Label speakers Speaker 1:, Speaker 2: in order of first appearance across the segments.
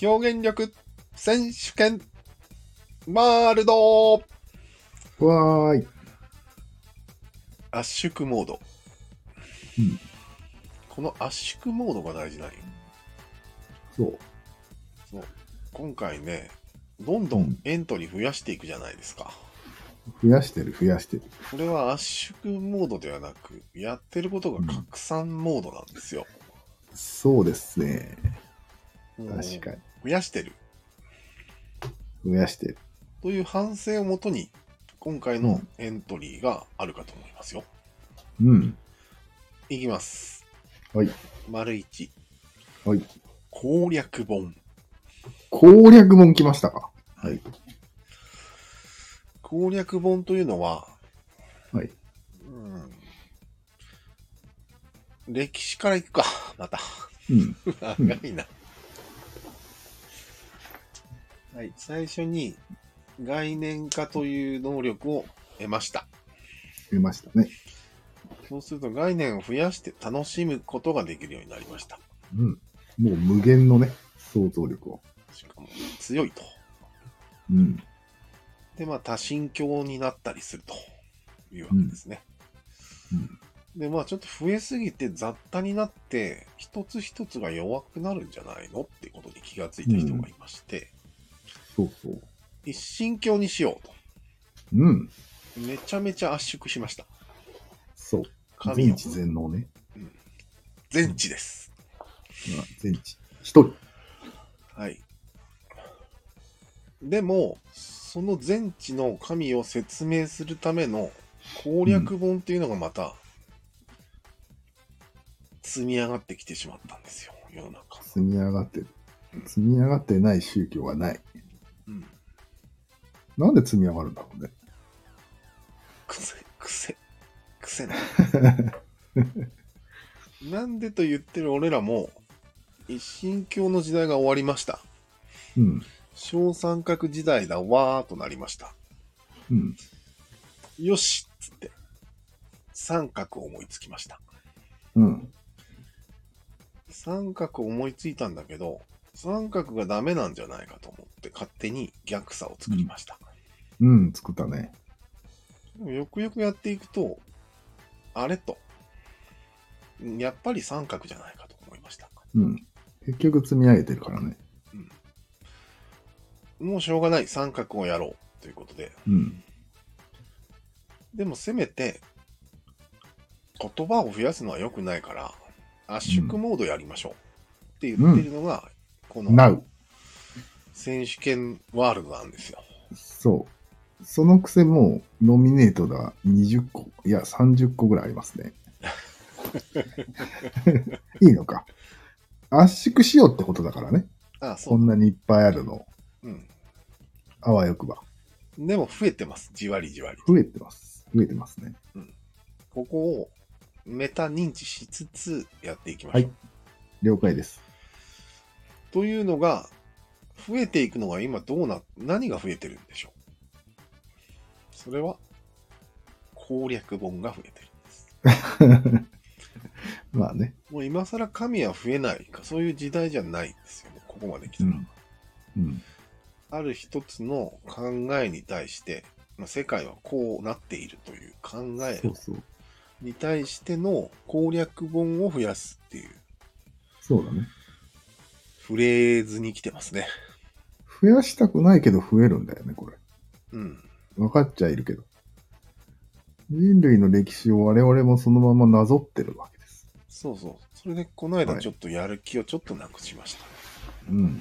Speaker 1: 表現力選手権ワールド
Speaker 2: わーい。
Speaker 1: 圧縮モード、
Speaker 2: うん
Speaker 1: この圧縮モードが大事なんよ
Speaker 2: そう。
Speaker 1: 今回ねどんどんエントリー増やしていくじゃないですか、
Speaker 2: 増やしてる、増やしてる。
Speaker 1: これは圧縮モードではなくやってることが拡散モードなんですよ、
Speaker 2: そうですね。
Speaker 1: もう
Speaker 2: 確かに。
Speaker 1: 増やしてる
Speaker 2: 増やしてる。
Speaker 1: という反省をもとに今回のエントリーがあるかと思いますよ、
Speaker 2: うん。
Speaker 1: いきます
Speaker 2: はい。
Speaker 1: 丸1
Speaker 2: はい。
Speaker 1: 攻略本
Speaker 2: 攻略本来ましたか。はい。
Speaker 1: 攻略本というのは、
Speaker 2: はい。
Speaker 1: うん、歴史からいくか、 また。
Speaker 2: うん。
Speaker 1: 長いな。はい、最初に概念化という能力を得ました。
Speaker 2: 増えましたね。
Speaker 1: そうすると概念を増やして楽しむことができるようになりました。
Speaker 2: うん。もう無限のね、想像力を。
Speaker 1: しかも強いと。
Speaker 2: うん。
Speaker 1: で、まあ多神教になったりするというわけですね。
Speaker 2: うん。
Speaker 1: で、まあちょっと増えすぎて雑多になって、一つ一つが弱くなるんじゃないのってことに気がついた人がいまして、
Speaker 2: そうそう。
Speaker 1: 一神教にしようと。
Speaker 2: うん。
Speaker 1: めちゃめちゃ圧縮しました。
Speaker 2: そう。
Speaker 1: 神
Speaker 2: 全
Speaker 1: を
Speaker 2: 知全能ね。
Speaker 1: 全知です。
Speaker 2: うん全知。一人。
Speaker 1: はい。でも、その全知の神を説明するための攻略本っていうのがまた、積み上がってきてしまったんですよ、世の中。
Speaker 2: 積み上がってる。積み上がってない宗教はない。
Speaker 1: うん。
Speaker 2: なんで積み上がるんだろうね。
Speaker 1: 癖、癖、癖な。なんでと言ってる俺らも、一神教の時代が終わりました。
Speaker 2: うん。
Speaker 1: 小三角時代だわーとなりました。
Speaker 2: うん。
Speaker 1: よしっつって、三角を思いつきました。
Speaker 2: うん。
Speaker 1: 三角を思いついたんだけど、三角がダメなんじゃないかと思って勝手に逆差を作りました。
Speaker 2: うん。作ったね。
Speaker 1: でもよくよくやっていくと、あれと、やっぱり三角じゃないかと思いました。
Speaker 2: うん。結局積み上げてるからね。
Speaker 1: もうしょうがない、三角をやろうということで、
Speaker 2: うん。
Speaker 1: でもせめて、言葉を増やすのは良くないから、圧縮モードやりましょうって言ってるのが、この
Speaker 2: Now。
Speaker 1: 選手権ワールドなんですよ。
Speaker 2: そう。そのくせもう、ノミネートが20個、いや、30個ぐらいあります ね。いいのか。圧縮しようってことだからね。
Speaker 1: ああ、そ
Speaker 2: こ
Speaker 1: う。
Speaker 2: んなにいっぱいあるの。
Speaker 1: うん。
Speaker 2: あわよくば。
Speaker 1: でも増えてます、じわりじわり。
Speaker 2: 増えてます。増えてますね。
Speaker 1: ここをメタ認知しつつやっていきましょう。
Speaker 2: はい了解 です。
Speaker 1: というのが、増えていくのが今どうな、何が増えてるんでしょうそれは、攻略本が増えてるんです。
Speaker 2: まあね。
Speaker 1: もう今更神は増えないか、そういう時代じゃないんですよ、もうここまで来た
Speaker 2: う
Speaker 1: ら。
Speaker 2: ん。うん。
Speaker 1: ある一つの考えに対して、まあ、世界はこうなっているという考え
Speaker 2: そうそう。
Speaker 1: に対しての攻略本を増やすっていう
Speaker 2: そうだね。
Speaker 1: フレーズに来てますね。
Speaker 2: 増やしたくないけど増えるんだよね、これ。
Speaker 1: うん。
Speaker 2: 分かっちゃいるけど。人類の歴史を我々もそのままなぞってるわけです。
Speaker 1: そうそう。それでこの間
Speaker 2: はい
Speaker 1: ちょっとやる気をちょっとなくしました。
Speaker 2: うん。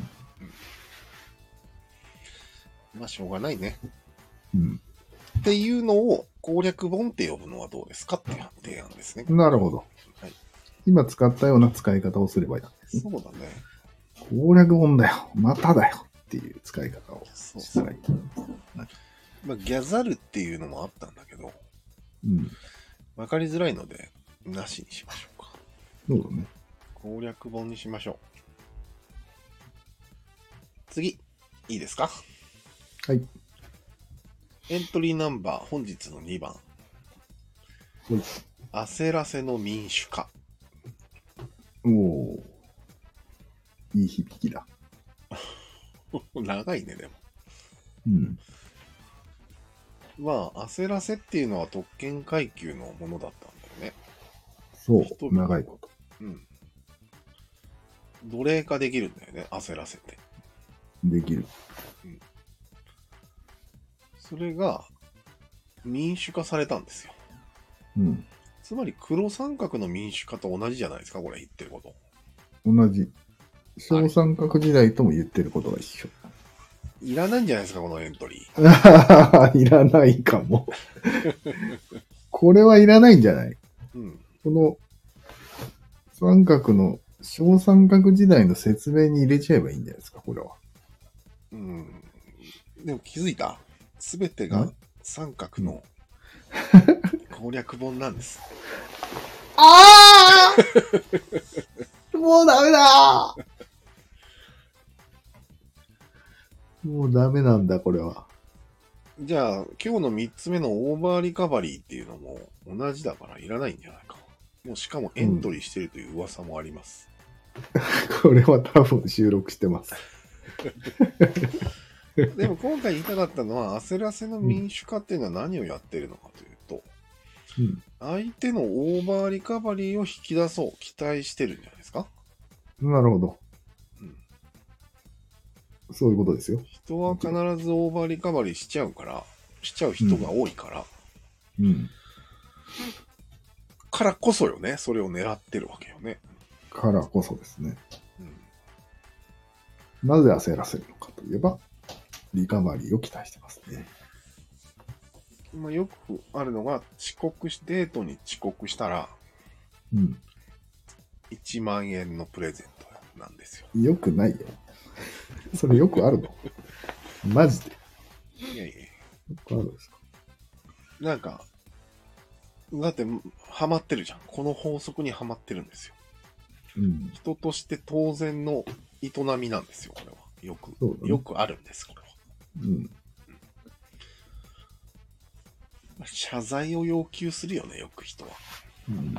Speaker 1: まあしょうがないね。
Speaker 2: うん。
Speaker 1: っていうのを攻略本って呼ぶのはどうですかっていう提案ですね。
Speaker 2: なるほど。
Speaker 1: はい
Speaker 2: 今使ったような使い方をすればいいわけです
Speaker 1: そ
Speaker 2: ね。
Speaker 1: うだね。
Speaker 2: 攻略本だよ。まただよ。っていう使い方を
Speaker 1: そう
Speaker 2: したらいい。
Speaker 1: まあ、ギャザルっていうのもあったんだけど、
Speaker 2: うん。
Speaker 1: わかりづらいので、なしにしましょうか。
Speaker 2: そうだね。
Speaker 1: 攻略本にしましょう。次、いいですか
Speaker 2: はい。
Speaker 1: エントリーナンバー、本日の2番。
Speaker 2: ほい
Speaker 1: 焦らせの民主化。
Speaker 2: おお。いい響きだ。
Speaker 1: 長いね、でも。
Speaker 2: うん。
Speaker 1: まあ、焦らせっていうのは特権階級のものだったんだよね。
Speaker 2: そう、長いこと。
Speaker 1: うん。奴隷化できるんだよね、焦らせて。
Speaker 2: できる。
Speaker 1: それが民主化されたんですよ。
Speaker 2: うん。
Speaker 1: つまり黒三角の民主化と同じじゃないですか、これ言ってること。
Speaker 2: 同じ。小三角時代とも言ってることが一緒。
Speaker 1: いらないんじゃないですか、このエントリー。
Speaker 2: いらないか も。これはいらないんじゃない
Speaker 1: うん。
Speaker 2: この三角の、小三角時代の説明に入れちゃえばいいんじゃないですか、これは。
Speaker 1: うん。でも気づいたすべてが
Speaker 2: ん
Speaker 1: 三角の攻略本なんです。
Speaker 2: ああもうダメだ もうダメなんだ、これは。
Speaker 1: じゃあ、今日の3つ目のオーバーリカバリーっていうのも同じだからいらないんじゃないか。もうしかもエントリーしてるという噂もあります。
Speaker 2: これは多分収録してます。
Speaker 1: でも今回言いたかったのは、焦らせの民主化っていうのは何をやってるのかというと、
Speaker 2: うん。
Speaker 1: 相手のオーバーリカバリーを引き出そう、期待してるんじゃないですか。
Speaker 2: なるほど。
Speaker 1: うん
Speaker 2: そういうことですよ。
Speaker 1: 人は必ずオーバーリカバリーしちゃうから、しちゃう人が多いから、
Speaker 2: うん。
Speaker 1: からこそよね、それを狙ってるわけよね。
Speaker 2: からこそですね。
Speaker 1: うん、
Speaker 2: なぜ焦らせるのかといえば、リカバリーを期待してますね。
Speaker 1: まあ、よくあるのが、遅刻し、デートに遅刻したら、
Speaker 2: うん。
Speaker 1: 1万円のプレゼントなんですよ。
Speaker 2: よくないよ。それよくあるのマジで。
Speaker 1: いやいや
Speaker 2: よくあるんですか
Speaker 1: なんか、だって、ハマってるじゃん。この法則にはまってるんですよ。
Speaker 2: うん。
Speaker 1: 人として当然の営みなんですよ、これは。よく、
Speaker 2: そうだね
Speaker 1: よくあるんです、これは。
Speaker 2: うん。
Speaker 1: まあ謝罪を要求するよね、よく人は。
Speaker 2: うん。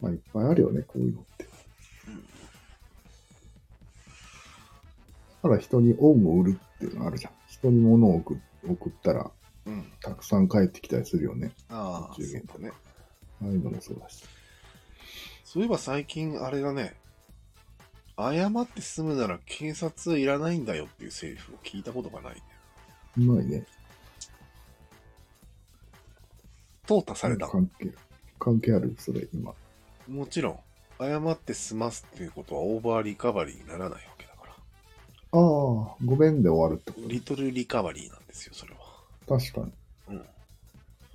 Speaker 2: まあ、いっぱいあるよね、こういうのって。
Speaker 1: うん
Speaker 2: ただ人に恩を売るっていうのあるじゃん。人に物を送送ったら、
Speaker 1: うん。
Speaker 2: たくさん返ってきたりするよね。
Speaker 1: ああ、
Speaker 2: 十元
Speaker 1: そうだね。
Speaker 2: ああいうのもそうだし。
Speaker 1: そういえば最近、あれだね。謝って済むなら警察いらないんだよっていうセリフを聞いたことがないね。
Speaker 2: うまいね。
Speaker 1: 淘汰された。
Speaker 2: 関係、関係あるそれ、今。
Speaker 1: もちろん、謝って済ますっていうことはオーバーリカバリーにならないわけだから。
Speaker 2: ああ、ごめんで終わるってこ
Speaker 1: リトルリカバリーなんですよ、それは。
Speaker 2: と。確かに。
Speaker 1: うん。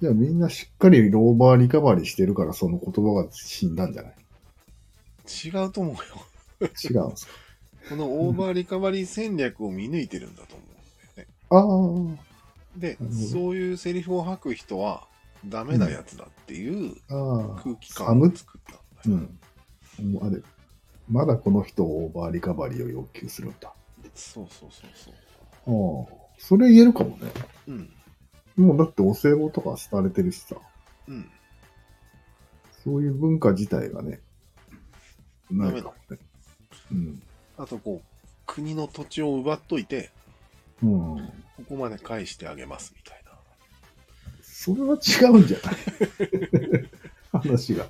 Speaker 2: じゃあみんなしっかりローバーリカバリーしてるから、その言葉が死んだんじゃない
Speaker 1: 違うと思うよ。
Speaker 2: 違うんですか。
Speaker 1: このオーバーリカバリー戦略を見抜いてるんだと思うんだよね。
Speaker 2: ああ、
Speaker 1: で
Speaker 2: なるほ、ど
Speaker 1: そういうセリフを吐く人はダメなやつだっていう
Speaker 2: ああ。
Speaker 1: 空気感を作ったんだよ。
Speaker 2: うん。もうあれ、まだこの人をオーバーリカバリーを要求するんだ。あ
Speaker 1: そうそうそうそう。
Speaker 2: あ、それ言えるかもね。
Speaker 1: うん。
Speaker 2: もうだってお歳暮とか廃れてるしさ、
Speaker 1: うん。
Speaker 2: そういう文化自体がね、ないかもね。うん。
Speaker 1: あとこう、国の土地を奪っといて、
Speaker 2: うん。
Speaker 1: ここまで返してあげますみたいな。
Speaker 2: それは違うんじゃない話が。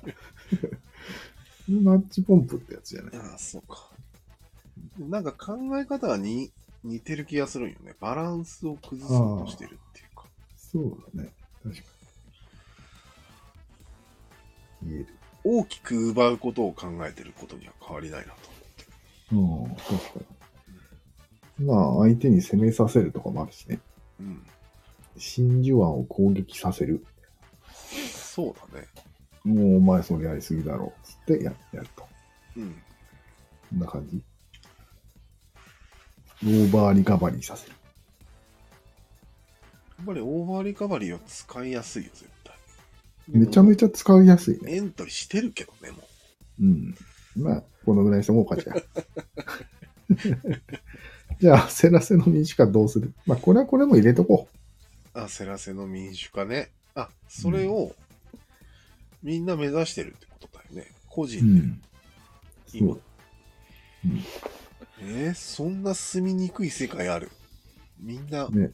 Speaker 2: マッチポンプってやつじゃない
Speaker 1: ああ、そうか。なんか考え方がに似てる気がするんよね。バランスを崩そうとしてるっていうか。
Speaker 2: そうだね。確かに。言える。
Speaker 1: 大きく奪うことを考えてることには変わりないなと思ってる。
Speaker 2: うん、確かに。まあ、相手に攻めさせるとかもあるしね。
Speaker 1: うん。
Speaker 2: 真珠湾を攻撃させる。
Speaker 1: そうだね。
Speaker 2: もうお前それやりすぎだろう。つってややると。
Speaker 1: うん。
Speaker 2: こんな感じ。オーバーリカバリーさせる。
Speaker 1: やっぱりオーバーリカバリーは使いやすいよ、絶対。
Speaker 2: めちゃめ
Speaker 1: ち
Speaker 2: ちゃ使いやすいね。
Speaker 1: エントリーしてるけどね、もう。
Speaker 2: うん。まあ、このぐらいにしてもおかしい。 じゃあ、セラセの民主化どうするまあ、これはこれも入れとこ
Speaker 1: あ、セラセの民主化ね。あ、それをみんな目指してるってことだよね。個
Speaker 2: う。
Speaker 1: 人で、
Speaker 2: そう
Speaker 1: 今。
Speaker 2: うん
Speaker 1: えーそんな住みにくい世界あるみんな、
Speaker 2: ね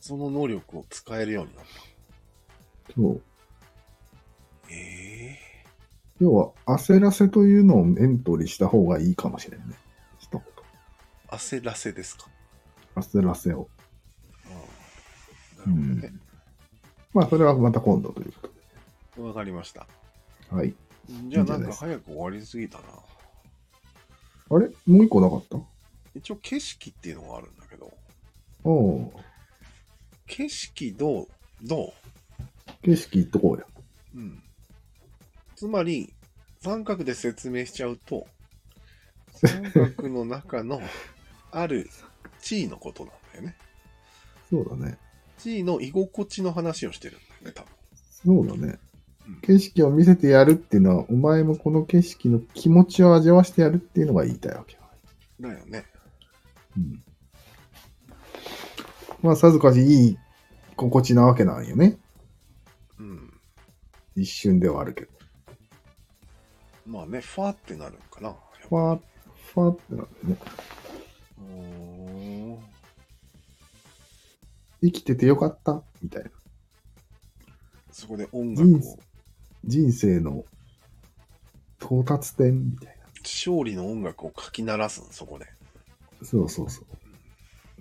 Speaker 1: その能力を使えるようになっ
Speaker 2: そう。
Speaker 1: た。え
Speaker 2: 要は、焦らせというのをエントリーした方がいいかもしれんね。一言。
Speaker 1: ー、焦らせですか。
Speaker 2: 焦らせを。
Speaker 1: あーなるほどね。
Speaker 2: まあ、それはまた今度というこ
Speaker 1: わ、かりました。
Speaker 2: とで。はい。
Speaker 1: じゃあ
Speaker 2: いいんじ
Speaker 1: な
Speaker 2: ゃ
Speaker 1: ん
Speaker 2: ない
Speaker 1: か
Speaker 2: です
Speaker 1: 早く終わりすぎたな。
Speaker 2: あれもう一個なかった
Speaker 1: 一応景色っていうのがあるんだけど、
Speaker 2: おう
Speaker 1: 景色どうど
Speaker 2: 景色行っとこうや。
Speaker 1: ううん。つまり、三角で説明しちゃうと、三角の中のある地位のことなんだよね。
Speaker 2: そうだね。
Speaker 1: 地位の居心地の話をしてるんだよね、多分。
Speaker 2: そうだね
Speaker 1: うん。
Speaker 2: 景色を見せてやるっていうのは、お前もこの景色の気持ちを味わしてやるっていうのが言いたいわけよ。
Speaker 1: だよね。
Speaker 2: うん。まあ、さぞかしいい心地なわけなんよね。
Speaker 1: うん。
Speaker 2: 一瞬ではあるけど。
Speaker 1: まあね、ファーってなるのかな。
Speaker 2: ファー、ファーってなってね。
Speaker 1: うーん
Speaker 2: 生きててよかった、みたいな。
Speaker 1: そこで音楽を、
Speaker 2: 人生の到達点みたい
Speaker 1: 勝利の音楽をかき鳴らすの、そこで。
Speaker 2: な。そうそうそ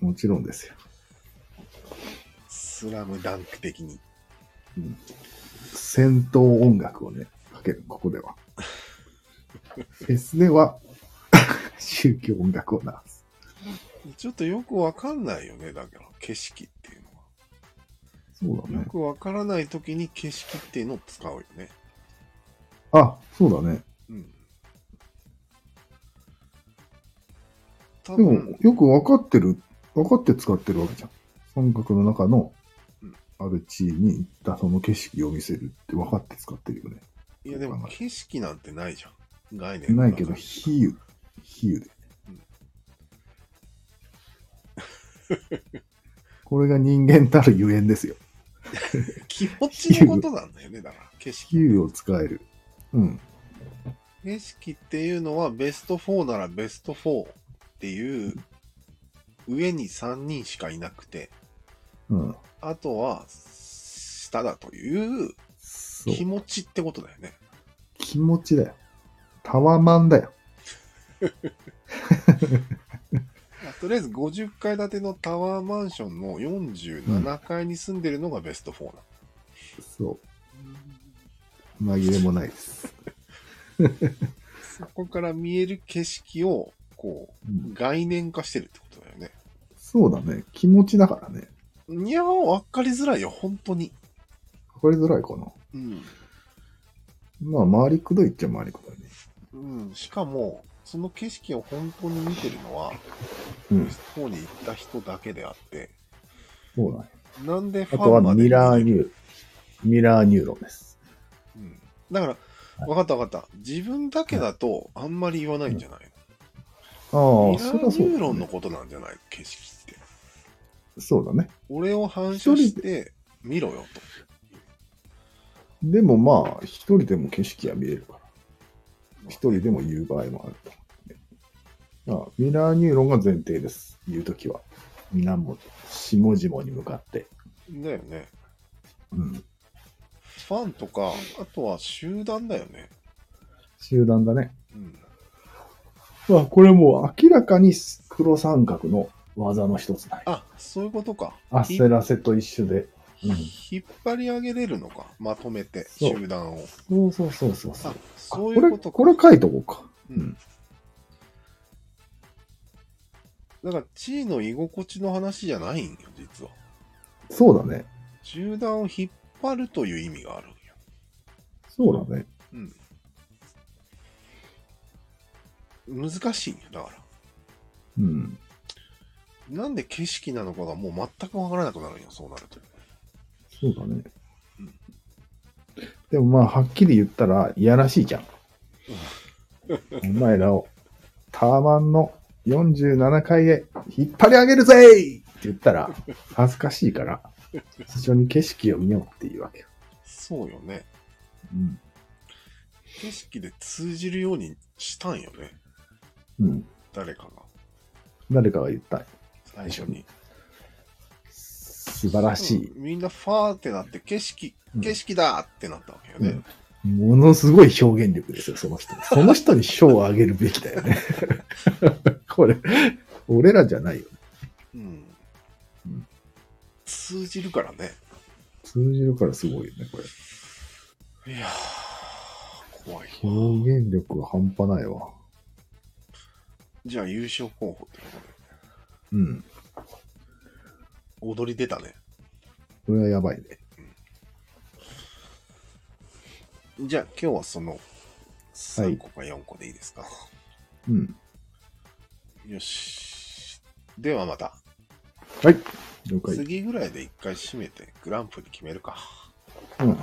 Speaker 2: う。もちろんですよ。
Speaker 1: スラムダンク的に。
Speaker 2: 戦闘音楽をね、かける、ここでは。フェスでは、 宗教音楽を流す。
Speaker 1: ちょっとよくわかんないよね、だから、景色っていうの
Speaker 2: そうだ
Speaker 1: は。よ
Speaker 2: ね。
Speaker 1: くわからないときに景色っていうのを使うよね。
Speaker 2: あ、そうだね。
Speaker 1: うん。多
Speaker 2: で
Speaker 1: 分
Speaker 2: も、、よく分かってる、分かって使ってるわけじゃん。三角の中の
Speaker 1: うん、
Speaker 2: ある地位に行ったその景色を見せるって分かって使ってるよね。
Speaker 1: いやでも景色なんてないじゃん。概念の
Speaker 2: な
Speaker 1: 中
Speaker 2: いけど、比喩。比喩で。これが人間たるゆえんですよ。
Speaker 1: 気持ちのことなんだよね、だから、景
Speaker 2: 比
Speaker 1: 色。
Speaker 2: 喩を使える。うん。
Speaker 1: 景色っていうのはベスト4ならベスト4っていう上に3人しかいなくて、
Speaker 2: うん。
Speaker 1: あとは下だという
Speaker 2: そう
Speaker 1: 気。持ちってことだよね。
Speaker 2: 気持ちだよ。タワマンだよ。
Speaker 1: まあとりあえず50階建てのタワーマンションの47階に住んでるのがベスト4なの。
Speaker 2: そう。紛れもないです。
Speaker 1: そこから見える景色をこう
Speaker 2: う、
Speaker 1: ん概念化してるってことだよね。
Speaker 2: そうだね。気持ちだからね。
Speaker 1: いやー、わかりづらいよ、本当に。
Speaker 2: わかりづらいかな。
Speaker 1: うん。
Speaker 2: まあ、回りくどいっちゃ回りくどいね。
Speaker 1: うん、しかも、その景色を本当に見てるのは、
Speaker 2: うん
Speaker 1: ベスト4に行った人だけであって、
Speaker 2: そうだね。
Speaker 1: なんでフ
Speaker 2: あと
Speaker 1: ァ
Speaker 2: は
Speaker 1: ンまで
Speaker 2: ミラーニュー、ミラーニューロンです。
Speaker 1: うん、だから、分かった分かった。自分だけだと、あんまり言わないんじゃない
Speaker 2: ああ、
Speaker 1: の、ミラ
Speaker 2: そ
Speaker 1: ー
Speaker 2: りゃそう
Speaker 1: ニュー
Speaker 2: だ
Speaker 1: ロンの
Speaker 2: ね。
Speaker 1: ことなんじゃない景色って。
Speaker 2: そうだね。
Speaker 1: 俺を反射して見ろよと。
Speaker 2: でもまあ、一人でも景色は見れるから。一人でも言う場合もあると思うね。ああミラーニューロンが前提です。言うときは。皆も、下々に向かって。
Speaker 1: だよね。
Speaker 2: うん。
Speaker 1: ファンとか、あとは集団だよね。
Speaker 2: 集団だね。
Speaker 1: うん。
Speaker 2: まあ、これもう明らかに黒三角の技の一つだよ。
Speaker 1: あ、そういうことか。
Speaker 2: 焦らせと一緒で。うん
Speaker 1: 引っ張り上げれるのか。まとめて、
Speaker 2: そう
Speaker 1: 集団を。
Speaker 2: そうそうそうそうそう
Speaker 1: あ。、そういうことか。
Speaker 2: これ、これ書いとこうか。
Speaker 1: うん。だから、地位の居心地の話じゃないんよ、実は。
Speaker 2: そうだね。
Speaker 1: 集団を引っ張るという意味があるんよ。
Speaker 2: そうだね。
Speaker 1: うん。難しいんよ、だから。
Speaker 2: うん。
Speaker 1: なんで景色なのかがもう全くわからなくなるんよ、そうなると。
Speaker 2: そうだね
Speaker 1: うん。
Speaker 2: でもまあ、はっきり言ったら、いやらしいじゃん。お前らを、タワマンの47階へ引っ張り上げるぜいって言ったら、恥ずかしいから、一緒に景色を見ようっていうわけよ。
Speaker 1: そうよね。
Speaker 2: うん。
Speaker 1: 景色で通じるようにしたんよね。
Speaker 2: うん。
Speaker 1: 誰かが
Speaker 2: 誰かが言った。
Speaker 1: 最初に。
Speaker 2: 素晴らしい。
Speaker 1: うんみんなファーってなって、景色
Speaker 2: う、ん
Speaker 1: 景色だってなったわけよね。
Speaker 2: ものすごい表現力ですよ、その人。その人に賞をあげるべきだよね。 これ、俺らじゃないよ。
Speaker 1: うん
Speaker 2: うん
Speaker 1: 通じるからね。
Speaker 2: 通じるからすごいよね、これ。
Speaker 1: いやー、怖い。
Speaker 2: 表現力が半端ないわ。
Speaker 1: じゃあ優勝候補ってことで。
Speaker 2: うん。
Speaker 1: 踊り出たね。
Speaker 2: これはやばいね。
Speaker 1: じゃあ今日はその3個か4個でいいですか。
Speaker 2: うん。
Speaker 1: よし。ではまた、
Speaker 2: はい。了解。
Speaker 1: 次ぐらいで一回締めてグランプリ決めるか。
Speaker 2: うん。